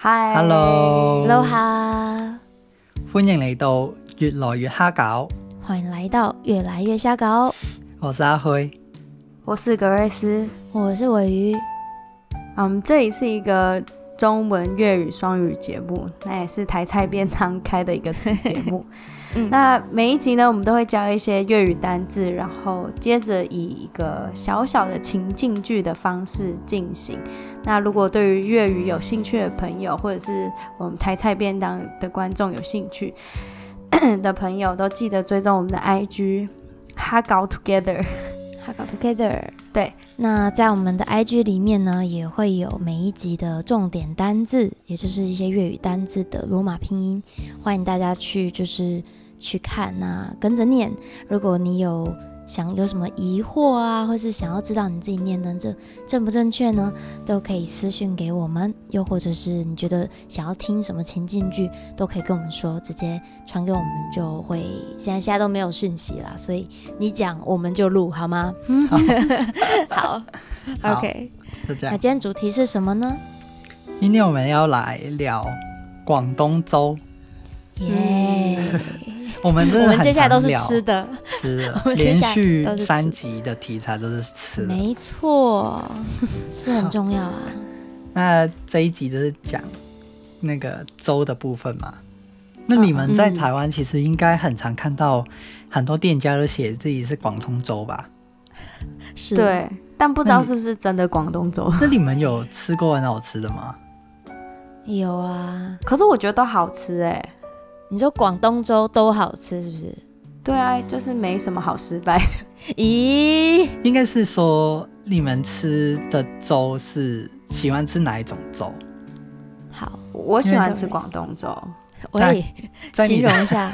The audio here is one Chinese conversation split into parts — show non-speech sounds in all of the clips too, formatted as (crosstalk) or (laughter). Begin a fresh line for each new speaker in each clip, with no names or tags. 嗨
Hello
Hello 哈，
歡迎嚟到越來越蝦餃，
歡迎来到越来越瞎搞，
我是阿輝。
我是格瑞斯。
我是尾鱼，
嗯，这里是一个中文、粤语双语节目，那也是台菜便当开的一个子节目。
嗯
那每一集呢，我们都会教一些粤语单字，然后接着以一个小小的情境剧的方式进行。那如果对于粤语有兴趣的朋友，或者是我们台菜便当的观众有兴趣的朋友，都记得追踪我们的 IG 哈搞 Together。
哈搞 together。
对，
那在我们的 IG 里面呢，也会有每一集的重点单字，也就是一些粤语单字的罗马拼音，欢迎大家去就是去看那跟着念。如果你有想有什么疑惑啊，或是想要知道你自己念的这正不正确呢，都可以私讯给我们，又或者是你觉得想要听什么情境剧，都可以跟我们说，直接传给我们就会。现在现在都没有讯息啦，所以你讲我们就录好吗？好
好
，OK。
就这
那
样。
今天主题是什么呢？
今天我们要来聊广东
(laughs)
粥，
耶、
我们嗯哎真的
我们
很
接下来都
常
是
聊
吃的，
吃的，
(laughs) 我们接
连
下来
续
都是吃
三集的题材都是吃的。
没错，是很重要啊。
那这一集就是讲那个粥的部分嘛。那你们在
嗯
台湾其实应该很常看到很多店家都写自己是广东粥吧？
嗯是，
对，但不知
那
道
你
是不是真的广东粥。 (laughs)
那你们有吃过很好吃的吗？
有啊。
可是我觉得都好吃哎、
你说广东粥都好吃是不是？
对啊，就是没什么好失败 (laughs) 的。
咦，
应该是说你们吃的粥是喜欢吃哪一种粥？
好，
我喜欢吃
因为
广东粥，
我也
在你
形
的
容
(laughs)
一下，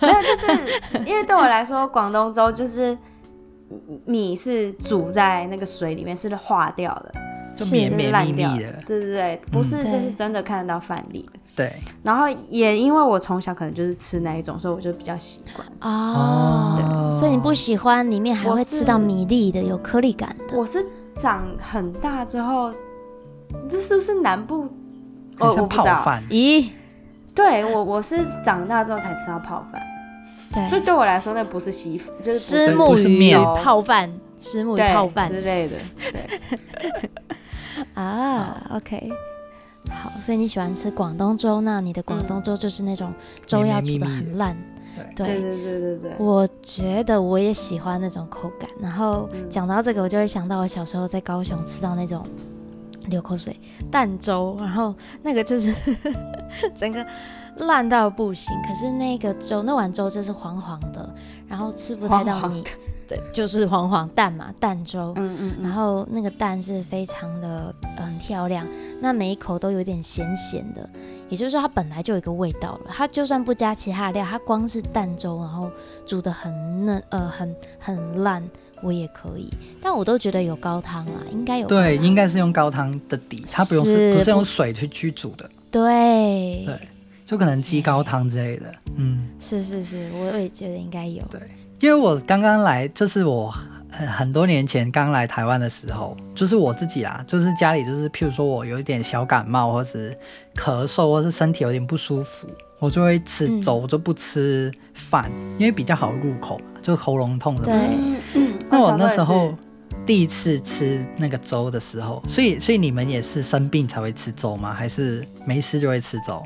没有，就是因为对我来说，广东粥就是米是煮在那个水里面是化掉的，
就是绵
就
绵
是烂
密
掉
密
了
的，
对对对，不是
嗯
就是
对
真的看得到饭粒的。
对，
然后也因为我从小可能就是吃那一种，所以我就比较习惯。
哦，所以你不喜欢里面还会吃到
我是
米粒的，有颗粒感的。
我是长很大之后，这是不是南部？我哦
很
我
像
不知
泡
道。
饭。
咦，
对我我是长大之后才吃到泡饭。所以
对，
对我来说，那不是稀饭，就是不
石
是
木
不是
鱼
面
泡饭，石木鱼
对
泡饭
之类的。对，
啊，OK。好，所以你喜欢吃广东粥，那你的广东粥就是那种粥要煮
嗯绵
的
绵密密
很烂。
对
对对
对，
对对对。
我觉得我也喜欢那种口感。然后
嗯
讲到这个，我就会想到我小时候在高雄吃到那种流口水蛋粥，然后那个就是 (laughs) 整个烂到不行。可是那个粥，那碗粥就是黄黄的，然后吃不太
黄
到
黄
米，对，就是黄黄蛋嘛，蛋粥。
嗯嗯
然
嗯，
后那个蛋是非常的呃很漂亮，那每一口都有点咸咸的，也就是说它本来就有一个味道了。它就算不加其他的料，它光是蛋粥，然后煮的很嫩，呃，很很烂，我也可以。但我都觉得有高汤啦，应该有高
对，
汤
应该是用高汤的底，它不用是
是
不是用
不
水去去煮的，
对
对就可能鸡高汤之类的。嗯，
是是是，我也觉得应该有。
对，因为我刚刚来，就是我很很多年前刚来台湾的时候，就是我自己啦，就是家里就是譬如说我有一点小感冒，或是咳嗽，或是身体有点不舒服，我就会吃粥，
嗯
我就不吃饭，因为比较好入口嘛，就喉咙痛什么
对
的。那
嗯
我
我小
那时
也
候
是
第一次吃那个粥的时候，所以所以你们也是生病才会吃粥吗？还是没事就会吃粥？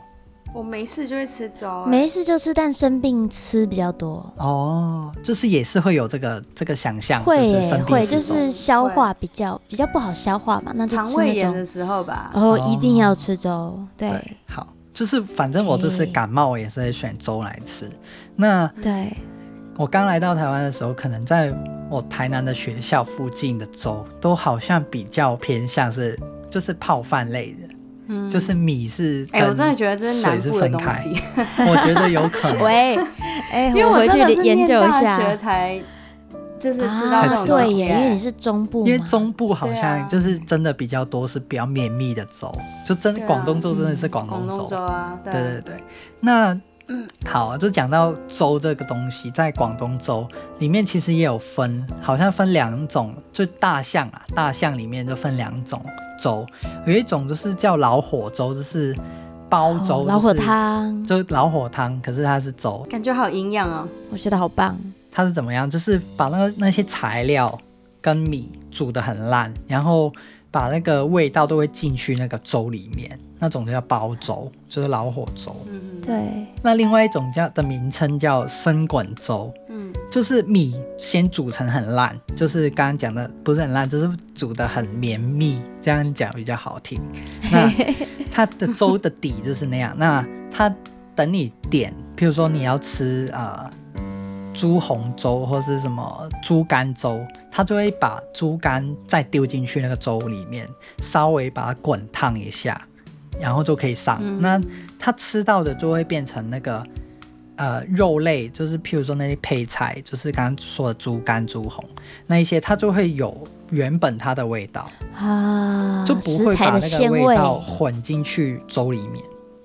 我没事就会吃粥啊，
没事就吃，但生病吃比较多，
哦，就是也是会有这个这个想象，
会
嗯就是
耶
生病
会，
吃
就
粥。
是消
会
化比较比较不好消化嘛，那就
肠
吃
胃
那
炎的
种。
时候吧。
哦，一定要
哦
吃粥，
对，好，就是反正我就是
哎
嗯
感冒，我也是会选粥来吃。那
对，
我刚来到台湾的时候，可能在我台南的学校附近的粥，都好像比较偏向是就是泡饭类的，
嗯
就是米是
哎，
跟
我真的觉得这是南
水是
部的
分
东
开，
西，
(laughs) 我觉得有可能。
喂， (laughs) 哎、
因为
我回
真的是
去研
念
究一
大学
下。
才就是知道
啊
这种东
对
西
耶，
哎
因为你是中部嘛，
因为中部好
对啊
像就是真的比较多是比较绵密的粥，就真
对啊
广东粥真的是广
广
东
东
粥。
粥啊，对
对对
啊，
对，那
嗯
好，就讲到粥这个东西，在广东粥里面其实也有分，好像分两种，就大象啊，大象里面就分两种粥，有一种就是叫老火粥，就是煲粥、
哦老火，汤，
就是老火汤，可是它是粥，
感觉好营养哦。
我觉得好棒。
它是怎么样？就是把那个那些材料跟米煮得很烂，然后把那个味道都会进去那个粥里面，那种就叫煲粥，就是老火粥。
嗯，，
对，
那另外一种叫的名称叫生滚粥，
嗯
就是米先煮成很烂，就是刚刚讲的不是很烂，就是煮得很绵密，这样讲比较好听。那它的粥的底就是那样。那它等你点，譬如说你要吃啊、呃、猪红粥或是什么猪肝粥，它就会把猪肝再丢进去那个粥里面，稍微把它滚烫一下，然后就可以上。
嗯
那它吃到的就会变成那个呃肉类，就是譬如说那些配菜，就是刚刚说的猪肝、猪红那一些，它就会有原本它的味道，
啊，
就不
食
会
材
把
的
那个
鲜味
味道混进去粥里面。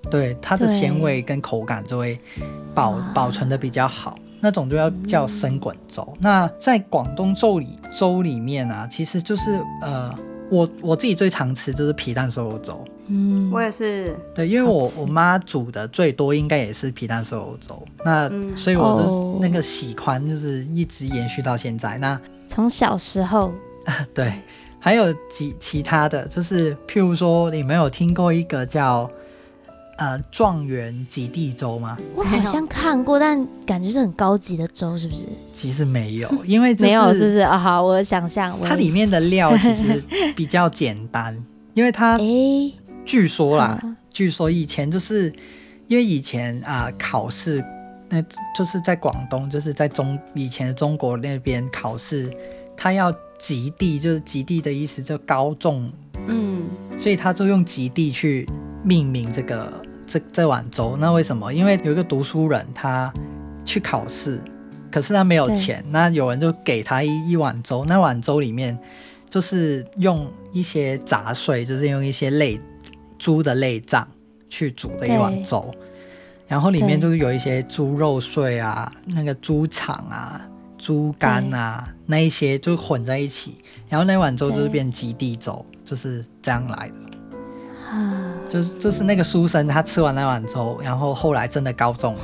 对，它的
对
鲜味跟口感就会保
哇
保存的比较好。那种就要叫生滚粥。那在广东粥里粥里面啊，其实就是呃，我我自己最常吃就是皮蛋瘦肉粥。
嗯，
我也是，
对，因为我
好吃
我妈煮的最多应该也是皮蛋瘦肉粥，那、
嗯
所以我
哦
就那个喜欢就是一直延续到现在。那
从小时候，
对，还有其其他的就是，譬如说你没有听过一个叫呃状元及第粥吗？
我好像看过，但感觉是很高级的粥，是不是？
其实没有，
(laughs)
因为、就是、
没有，是不是？啊，好，我想象，我
它里面的料其实比较简单，因为
(laughs)
它
哎，
据说啦，
好
据说以前就是因为以前啊、考试，那就是在广东，就是在中以前的中国那边考试，他要及第，就是及第的意思就高中，
嗯，
所以他就用及第去命名这个这这碗粥。那为什么？因为有一个读书人他去考试，可是他没有
对
钱，那有人就给他一一碗粥，那碗粥里面就是用一些杂碎，就是用一些内猪的内脏去煮的一碗
对
粥。然后里面
对
就是有一些猪肉碎啊，那个猪肠啊、猪肝啊，那一些就混在一起，然后那碗粥就是
对
变极地粥，就是这样来的。
啊，
就是就是那个书生，他吃完那碗粥，然后后来真的高中了。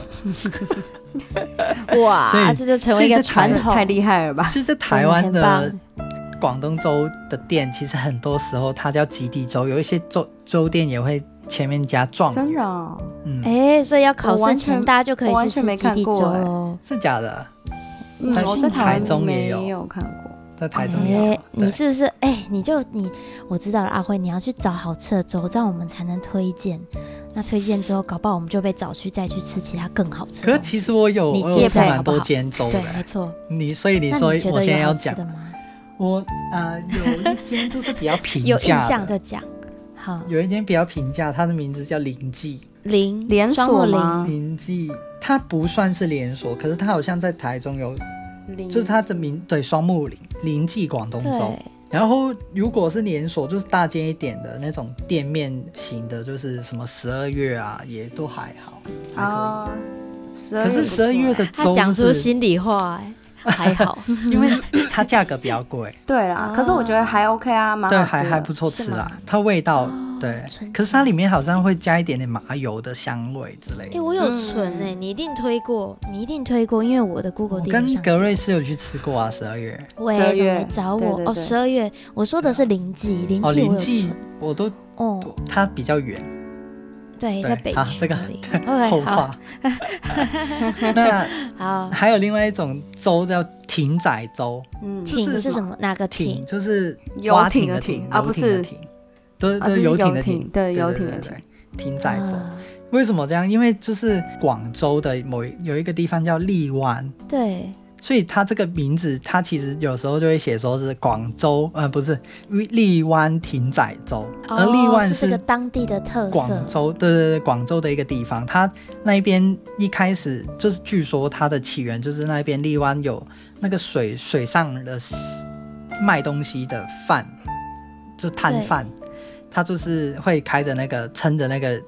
所
啊哇，
以
这就成为一个传
这
统，
太厉害
啊
了吧？
其实，在台湾
真的
的
很
广东粥的店，其实很多时候它叫极地粥，有一些粥粥店也会前面加状
真
元，
的哦，
嗯，
哎，所以要考
我
试
完全
前大家就可
我
以
完
去
全
吃
没
基
看
地
过
粥
哎
喽。
是假的，
嗯，
但是
我在
台
湾
中也有
没有看过，
在台中也有
哎，你
对
是不是？哎，你就你，我知道了，阿辉，你要去找好吃的粥，这样我们才能推荐。那推荐之后，搞不好我们就被找去再去吃其他更好吃
可
的
是
东
其
西。
实我有，
你
我
戒
有吃
备
蛮
好不好
多间粥的
对，。没错。
你所以你
那
说
你觉
我
得
现在
有
要
好吃
讲，
的吗？
(laughs) 我啊有一间就是比较平
有印
价
象
的，
就讲。好，
有一间比较平价，它的名字叫林记。
零
连
双木
锁
林
吗？
林记它不算是连锁，可是它好像在台中有，
零
就是它的名对双木林林记广东粥。
对，
然后如果是连锁，就是大间一点的那种店面型的，就是什么十二月啊，也都还好，还可以。
啊，十二
可是十二月的
他
粥
讲出
就是
心里话、哎，还好，
(laughs) 因为它价格比较贵，
对啦，可是我觉得还 OK 啊，蛮好
对，
吃
还
的
还不错吃
是吗
啦。它味道
哦
对
纯，
可是它里面好像会加一点点麻油的香味之类
哎、
的。
我有存哎、你一定推过，你一定推过，因为我的 Google
我
地图
跟
上，
格瑞斯有去吃过啊，十二月。
喂，
12
怎么
月
来找我？
对对
哦，
对
十二月，我说的是林记，林
哦，
记
林
我有
记
存，
我都
哦，
它比较远。
对，
对
在北
好
区
这个 (laughs)
那里
后
OK，好，
话。那
好，
还有另外一种粥叫艇仔粥，
嗯，
这
艇
是
是
什
什么？哪个
艇
艇？
就是
游
蛙
艇
的
的
艇
艇啊
游
不
艇的
是
艇，都是
啊
都
这是
是游艇
游
的
艇
艇，
对游艇的
对，艇仔粥。
啊
为什么这样？因为就是广州的某一有一个地方叫荔湾，
对，
所以它这个名字，它其实有时候就会写说是广州，呃，不是荔湾艇仔粥，而荔
哦
湾
是这
是
个当地的特
广
色，
州，对对对，广州的一个地方，它那边一开始就是据说它的起源就是那边荔湾有那个水水上的 s- 卖东西的贩，就摊贩，他就是会开着那个撑着那个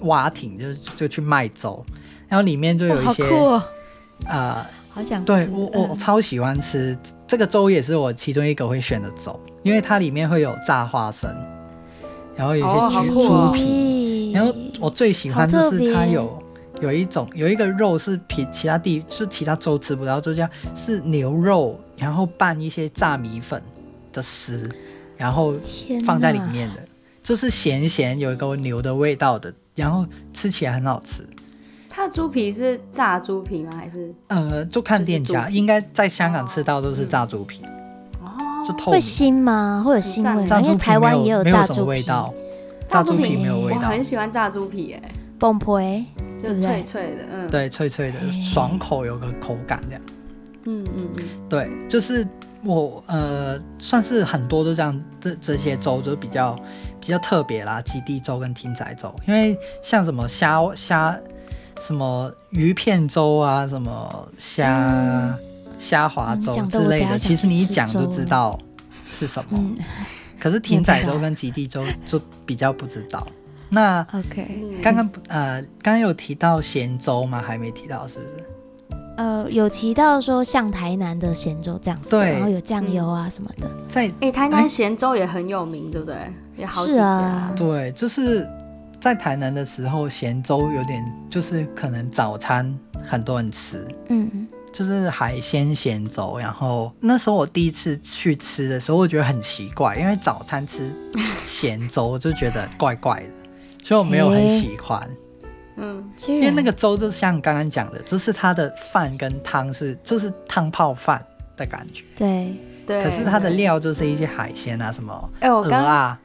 蛙艇就就去卖粥，然后里面就有
哇
一
好
些
酷哦，
呃，
好想吃。
对我我
嗯
超喜欢吃这个粥，也是我其中一个会选的粥，因为它里面会有炸花生，然后有一
哦好
些
酷
猪
哦
猪皮，然后我最喜欢就
好特
是它
别
有有一种有一个肉是比其他地就其他州吃不到，就这样是牛肉，然后拌一些炸米粉的丝，然后
天
放在里
哪，
面的，就是咸咸有一个牛的味道的，然后吃起来很好吃。
它的猪皮是炸猪皮吗？还是
呃，就看
就是
店
猪
家，
皮
应该在香港吃
哦
到都是
嗯
炸猪皮，
哦，
就透
会
明。
腥吗？会有腥味
炸
吗？因
猪
为
皮
台
没
湾也
有没
炸
有什么
猪
味
皮、
道，
炸
炸
猪
猪
皮
皮没有味
我
道，
很喜欢炸猪皮，哎，
崩皮。对
就
不对
脆脆的，嗯，，
对，脆脆的，爽口，有个口感这样。
嗯嗯嗯，
对，就是我呃，算是很多都这样，这这些粥就比较比较特别啦，基地粥跟艇仔粥，因为像什么虾虾什么鱼片粥啊，什么虾虾滑啊
嗯
粥
讲得
之
我
类
等下
的，
想
其实
去
你一
吃
讲就
粥
知
了
道是什么。
嗯
可是艇仔
没办
粥
法
跟极地粥就比较不知道。那
，OK，
嗯
刚刚不呃，刚刚有提到咸粥吗？还没提到是不是？
呃，有提到说像台南的咸粥这样子，
对
然后有酱油
嗯
啊什么的，
在
哎，台南咸粥也很有名，对不对？有好几
是
家
啊，
对，就是在台南的时候，咸粥有点就是可能早餐很多人吃，
嗯，
就是海鲜咸粥。然后那时候我第一次去吃的时候，我觉得很奇怪，因为早餐吃咸粥就觉得怪怪的，所以我没有很
诶
喜欢。
嗯，
居
因为
然
那个粥就像刚刚讲的，就是它的饭跟汤是就是汤泡饭的感觉，
对，
对。
可是它的
对，
料就是一些海鲜啊什么
哎，我
鹅
刚
啊，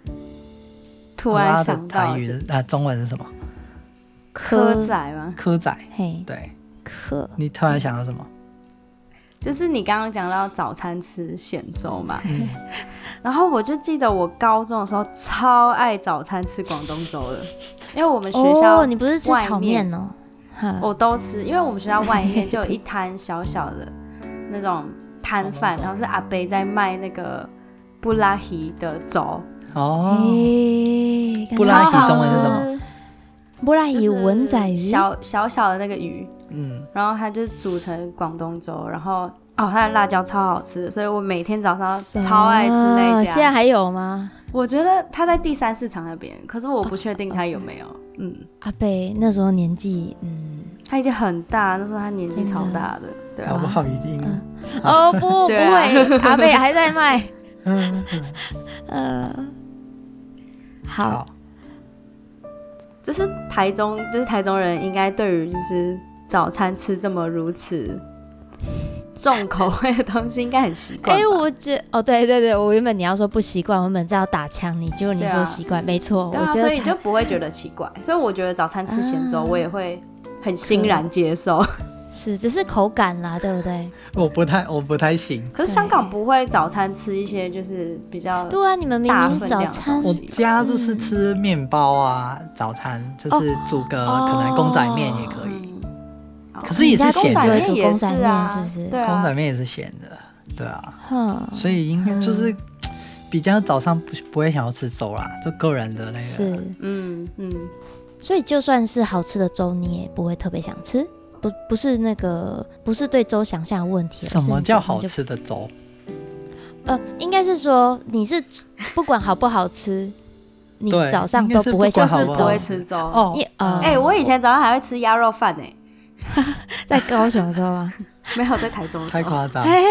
突
鹅
然
啊的
想到
台语
这
是啊中文是什么？
蚵仔吗？
蚵仔。
嘿，
对
可
你突然想到什么？
就是你刚刚讲到早餐吃咸粥嘛， (laughs) 然后我就记得我高中的时候超爱早餐吃广东粥的，因为我们学校、
哦，你不是吃
外
炒
面
面哦，哈，
我都吃，因为我们学校外面就有一摊小小的那种摊贩，然后是阿伯在卖那个布拉提的粥，
哦，
诶，感
布
觉
拉
超
提
好
中文是
吃
什么？
布拉
就
鱼
是
文仔鱼，
小小小的那个鱼，
嗯，
然后它就煮成广东粥，然后哦，它的辣椒超好吃，所以我每天早上超爱吃那一
啊
家。
现在还有吗？
我觉得他在第三市场那边，可是我不确定他有没有。
哦
嗯，
阿贝那时候年纪，嗯，
他已经很大，那时候他年纪超大的，对
搞
啊。
不好已经
嗯哦不，不
(laughs) 对啊
会，阿贝还在卖，
(laughs) 嗯嗯
呃，好，
好，
这是台中，就是台中人应该对于就是早餐吃这么如此重口味的东西应该很习惯
哎、
吧。
我觉哦，对对对，我原本你要说不习惯，我原本是要打枪你，结果你
对啊
说习惯，没错，
对
我
啊，
觉
所
得
以你就不会觉得奇怪。所以我觉得早餐吃咸粥，
啊
我也会很欣然接
啊
受。
是只是口感啦，对不对？
我不太我不太行，
可是香港不会早餐吃一些就是比较
对啊，你们明
大
明
分量
早
的
餐
我
东西吧。
家就是吃面包啊，早餐就是煮个
哦
可能公仔面也可以，
嗯哦
可是也是
公
咸
仔
的，哎
面也是啊，对啊，
公仔面也是咸的，对啊，
哼，
所以应该就是比较早上不不会想要吃粥啦，就个人的那个
是，
嗯嗯，
所以就算是好吃的粥，你也不会特别想吃，不不是那个不是对粥想象的问题，而
什
是
么
你
叫
早上
好
就？
吃的粥？
呃，应该是说你是不管好不
(laughs)
好吃，你
对
早上
应该
都
是
不会
不
想
就
管好
是
不
吃
不
粥
好
会，吃粥。
哦
一呃
哎、我以前早上还会吃鸭肉饭呢、 (laughs)
在高雄的时候吗？
没有在台中的时
太
候。
夸张，
哎、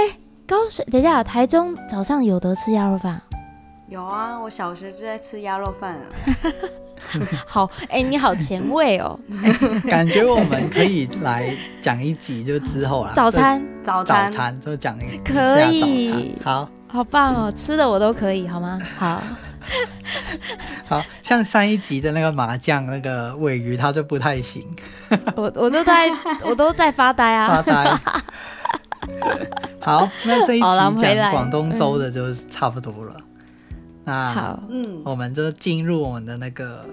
高雄，等一下，台中早上有得吃鸭肉饭啊？
有啊，我小学就在吃鸭肉饭啊。
(laughs) 好，哎、你好前
(laughs)
卫哦，
啊感觉我们可以来讲一集，就之后啦，
(laughs) 早餐
早
就早
餐，
餐就讲一
可以
一下早餐好。
好棒哦，吃的我都可以，好吗？好，
好像上一集的那个麻将那个尾鱼，他就不太行，
我我都 (laughs) 在，我都在发呆
发
(laughs) 啊。
呆。 (laughs) 好，那这一
好啦我
集
们回来
讲广东粥的就差不多了。那
好，
嗯，
我们就进入我们的那个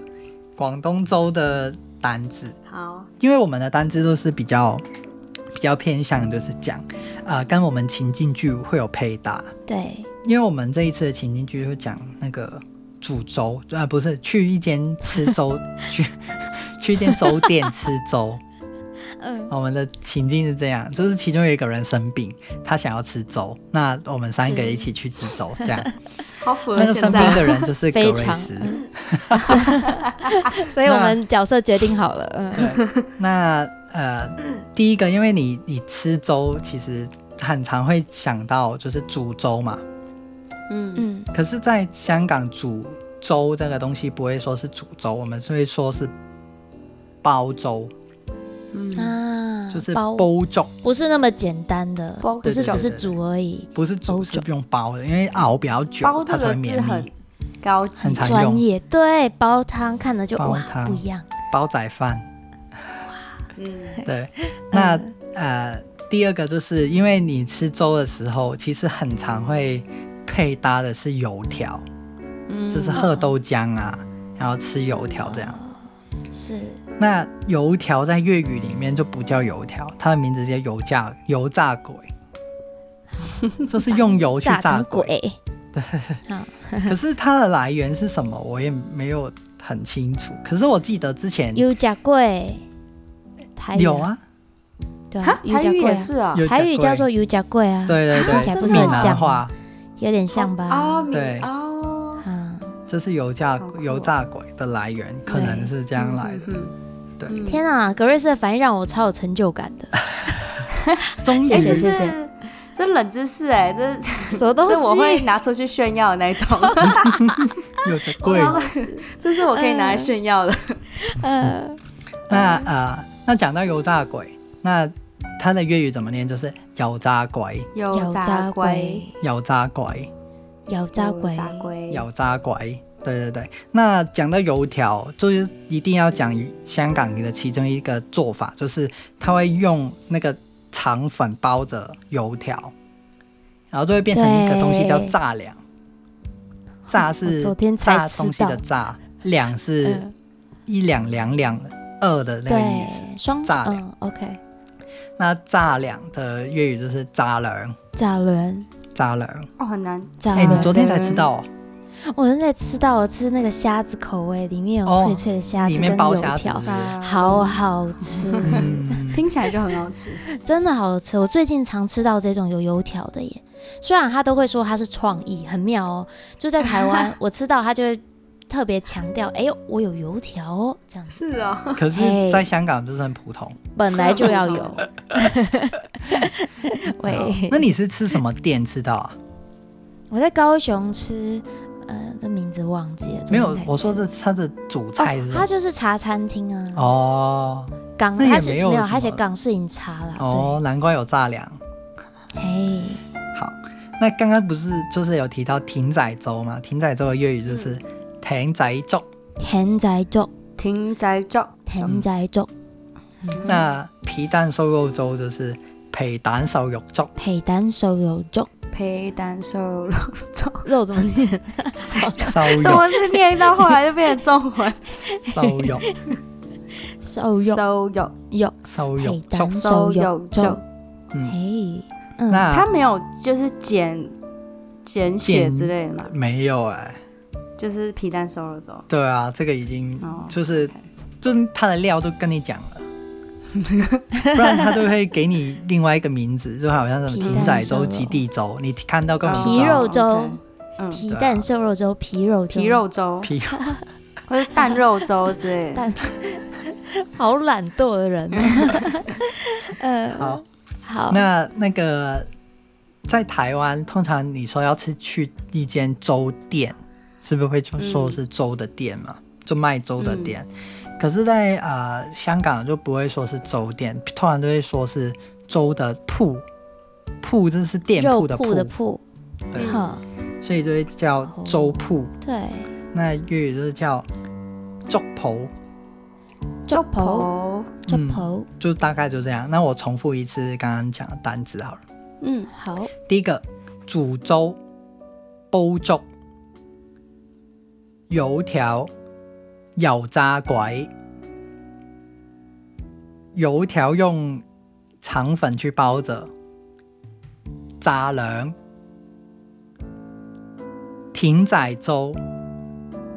广东粥的单字，
好，
因为我们的单字都是比较比较偏向就是讲，呃，跟我们情境剧会有配搭，
对，
因为我们这一次的情景剧会讲那个煮粥，啊，不
(laughs)
是去一间吃粥，去去一间粥店吃粥，
嗯，
我们的情境是这样，就是其中有一个人生病，他想要吃粥，那我们三个
是
一起去吃粥，
(laughs)
这样
好符合
那个
现
身
在
边
啊。
的人就是格
非
瑞
常
斯。
所以我们角色决定好了，嗯，
那呃，第一个，因为你你吃粥，其实很常会想到就是煮粥嘛，
嗯，
嗯，
可是，在香港煮粥这个东西不会说是煮粥，我们是会说是煲粥，
啊，
就是
包
煲粥，
不是那么简单的，
包
不是
对对
只
对
是煮而已，
不是
煲
煮是
粥
不用煲的，因为熬比较久，
包这
它才
个
会
字
绵密
很。高级
很，常用
专业对煲汤看了就
煲
哇
汤
不一样，
煲仔饭，
嗯，
对。那
嗯
呃，第二个就是因为你吃粥的时候，其实很常会配搭的是油条，
嗯
(laughs) 就是喝豆浆啊，然后吃油条这样。
是
那油条在粤语里面就不叫油条，它的名字叫油炸油炸
(laughs)
鬼，这是用油去
炸
炸
成鬼，对， (laughs)
可是它的来源是什么，我也没有很清楚。可是我记得之前
有假贵，台语
有，啊，
对
哈
啊，，有
台
假
语
贵
也
啊，
是啊，
有
台语叫做
对
有假贵啊，
对
啊
对，
真的
闽
哦
南话
有点像吧，
哦，明
对
哦，
啊，
这是油炸
好酷哦
油炸鬼的来源，可能是这
这
样来的。对
嗯
天啊，格瑞斯的反应让我超有成就感的，
(laughs) 终
谢
哎，
谢
这
于
谢
是
谢
这冷知识哎，这
什么东西？
这我会拿出去炫耀的那一种，
有炸
(laughs)
鬼，
(laughs) 这是我可以拿
嗯
来炫耀的。
呃，
那呃，那讲到油炸鬼，那它的粤语怎么念？就是油炸鬼，
油
有
炸
炸
龟，
鬼，
油炸鬼。
有炸鬼，
炸龟，
油炸鬼，对对对。那讲到油条，就是一定要讲香港的其中一个做法，就是他会用那个肠粉包着油条，然后就会变成一个东西
对
叫炸两。炸
哦我
是
昨天才
炸
吃
东西
到
的，炸，两是
嗯
一两两两二的那个意思。
对，双
炸
嗯，OK，
那炸两的粤语就是炸两，
炸轮，
炸两。
哦，很难。
炸
哎、你昨天才
两
知道
(laughs)
哦。
我正在吃到，我吃那个虾子口味，里面有
哦
脆脆的虾
里
子
面
跟
包
油
虾子
条，
是
炸
好，好吃，
嗯，
听起来就很好吃。
真的好吃。我最近常吃到这种有油条的耶，虽然他都会说它是创意，很妙哦。就在台湾，
(laughs)
我吃到他就会特别强调，哎呦，我有油条哦，这样子
是哦，
可是，
嘿
在香港就是很普通。
本来就
(laughs)
要有。 (laughs)
好
喂，
那你是吃什么店吃到
(laughs)
啊？
我在高雄吃，呃，这名字忘记了。
没有
昨天才，吃
我说的它的主菜是
哦
什
它
么？
哦就是茶餐厅啊，
哦
港
那也
它是
没有
没有，
什
它写
么
港式饮茶啦。
哦，难怪有炸粮。
对，嘿，
好，那刚刚不是就是有提到艇仔粥吗？艇仔粥的粤语
嗯
就是艇仔粥。
甜仔粥，
停在这，
甜仔粥，
嗯
嗯
那皮蛋瘦肉粥就是皮蛋瘦肉粥，
皮蛋瘦肉粥，
陪单瘦肉粥。
肉怎么念？
(laughs) 瘦
怎
肉
么是念到后来就变成中文？
瘦肉
(laughs) 瘦
(laughs)
肉
瘦肉
肉，
瘦
(laughs) 皮
肉粥。
蛋
瘦肉
瘦肉
粥
粥，，
嗯，
嘿，嗯，
它
那
没有就是简简写之类的嘛，
没有哎、
就是皮蛋瘦肉粥。
对啊，这个已经
哦，
就是就是它的料都跟你讲了， (laughs) 不然他就会给你另外一个名字，就好像什么
皮
艇
蛋
仔
瘦
粥、
肉
极地粥，你看到根本不
哦皮
知道
肉粥
OK，嗯，
皮蛋瘦肉粥，皮肉粥
皮肉粥
啊皮肉
或者蛋肉粥之类的。
蛋，好懒惰的人
(laughs)
哦。 (laughs) 呃，
好。
好，
那那个在台湾，通常你说要吃去一间粥店，是不是会就说是粥的店
嗯
嘛？就卖粥的店。可是在，呃香港就不会说是粥店，通常都会说是粥的铺，铺这是店
肉
铺的铺
铺，哦的铺，
对
嗯
呵，
所以就会叫粥铺。
对，
那粤语就是叫粥铺，
粥
粥
婆，
粥
嗯
铺，
就大概就这样。那我重复一次刚刚讲的单词好了。
嗯，
好，
第一个煮粥、煲粥、油条、油炸鬼。油条用肠粉去包着，炸两，艇仔粥、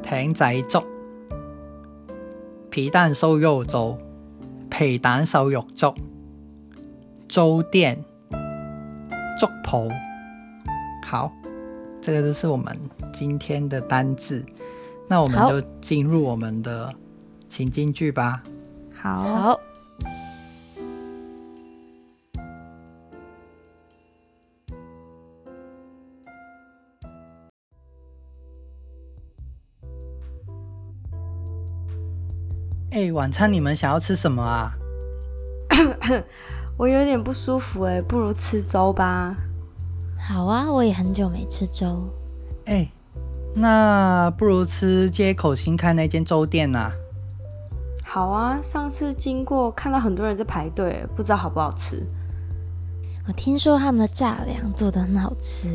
艇仔粥、皮蛋瘦肉粥、皮皮蛋瘦肉粥、粥店、粥铺。好，这个就是我们今天的单字。那我们
好
就进入我们的情境剧吧。
好，
好，
哎，晚餐你们想要吃什么啊？
我有点不舒服哎、不如吃粥吧。
好啊，我也很久没吃粥。
哎，那不如吃街口新开那间粥店啊呐、
好啊，上次经过看到很多人在排队，不知道好不好吃。
我听说他们的炸粮做的很好吃，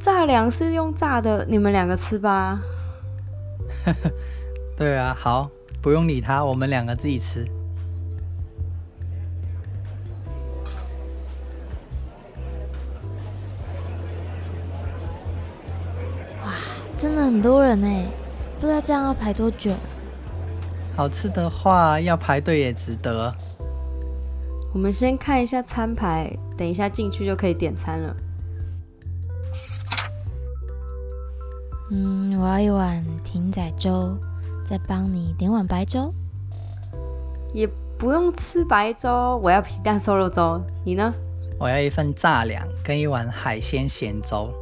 炸粮是用炸的，你们两个吃吧。
对啊，好，不用理他，我们两个自己吃。
真的很多人哎、不知道这样要排多久。
好吃的话要排队也值得。
我们先看一下餐牌，等一下进去就可以点餐了。
嗯，我要一碗艇仔粥，再帮你点碗白粥。
也不用吃白粥，我要皮蛋瘦肉粥。你呢？
我要一份炸两跟一碗海鲜咸粥。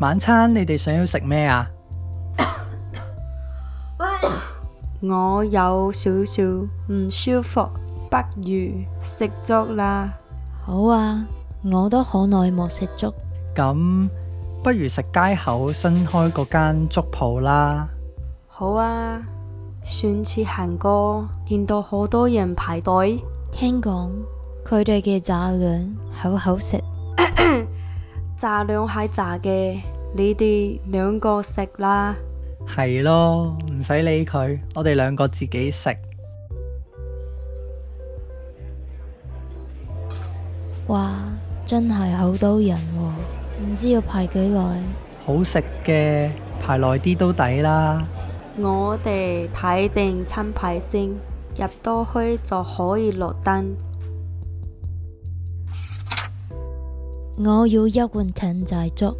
晚餐你哋想要食咩啊？
我有嗯少少唔舒服，不如食粥啦。
好啊，我都好耐冇食粥。
咁不如食街口新開嗰間粥鋪啦。
好啊，上次行過，見到好多人排隊，
聽講佢哋嘅炸兩好好食，
炸兩係炸嘅，你哋兩個食啦。
係咯，唔使理佢，我哋兩個自己食。
哇，真係好多人喎、唔知要排幾耐。
好食嘅排耐啲都抵啦。
我哋睇定餐牌先，入到去就可以落單。
我要一碗艇仔粥，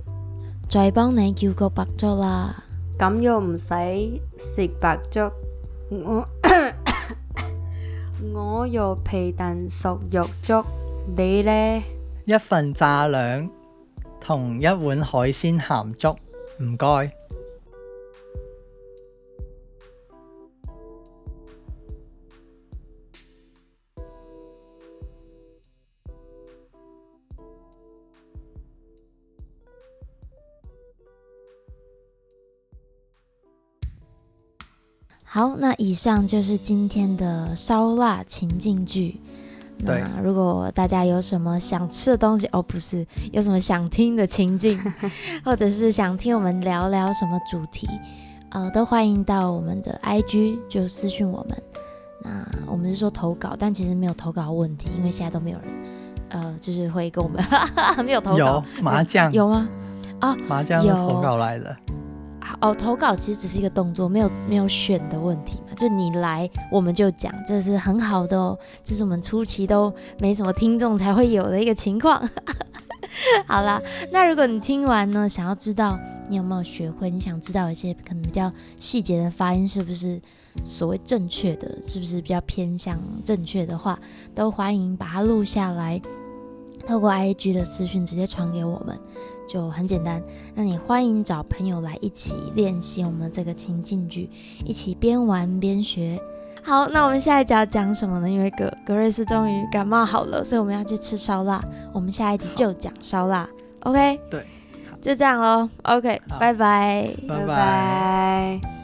再幫你叫個白粥啦。
咁又唔使食白粥，我 (coughs) 我又皮蛋瘦肉粥，你呢？
一份炸兩同一碗海鮮鹹粥，唔該。
好，那以上就是今天的烧腊情境剧。
对
那如果大家有什么想吃的东西，哦，不是，有什么想听的情境，
(laughs)
或者是想听我们聊聊什么主题，呃，都欢迎到我们的 IG 就私讯我们。那我们是说投稿，但其实没有投稿问题，因为现在都没有人，呃，就是会跟我们 (laughs) 没有投
有
稿，
麻醬，
有吗？
麻醬的
有
投稿來的。
啊哦，投稿其实只是一个动作，没有没有选的问题嘛，就你来我们就讲，这是很好的哦，这是我们初期都没什么听众才会有的一个情况。 (laughs) 好啦，那如果你听完呢，想要知道你有没有学会，你想知道一些可能比较细节的发音是不是所谓正确的，是不是比较偏向正确的话，都欢迎把它录下来，透过 IG 的私讯直接传给我们，就很简单。那你欢迎找朋友来一起练习我们这个情境剧，一起边玩边学。好，那我们下一集要讲什么呢？因为格格瑞斯终于感冒好了，所以我们要去吃烧腊。我们下一集就讲烧腊，OK？
对，
就这样喽，OK，
好
拜拜。
拜
拜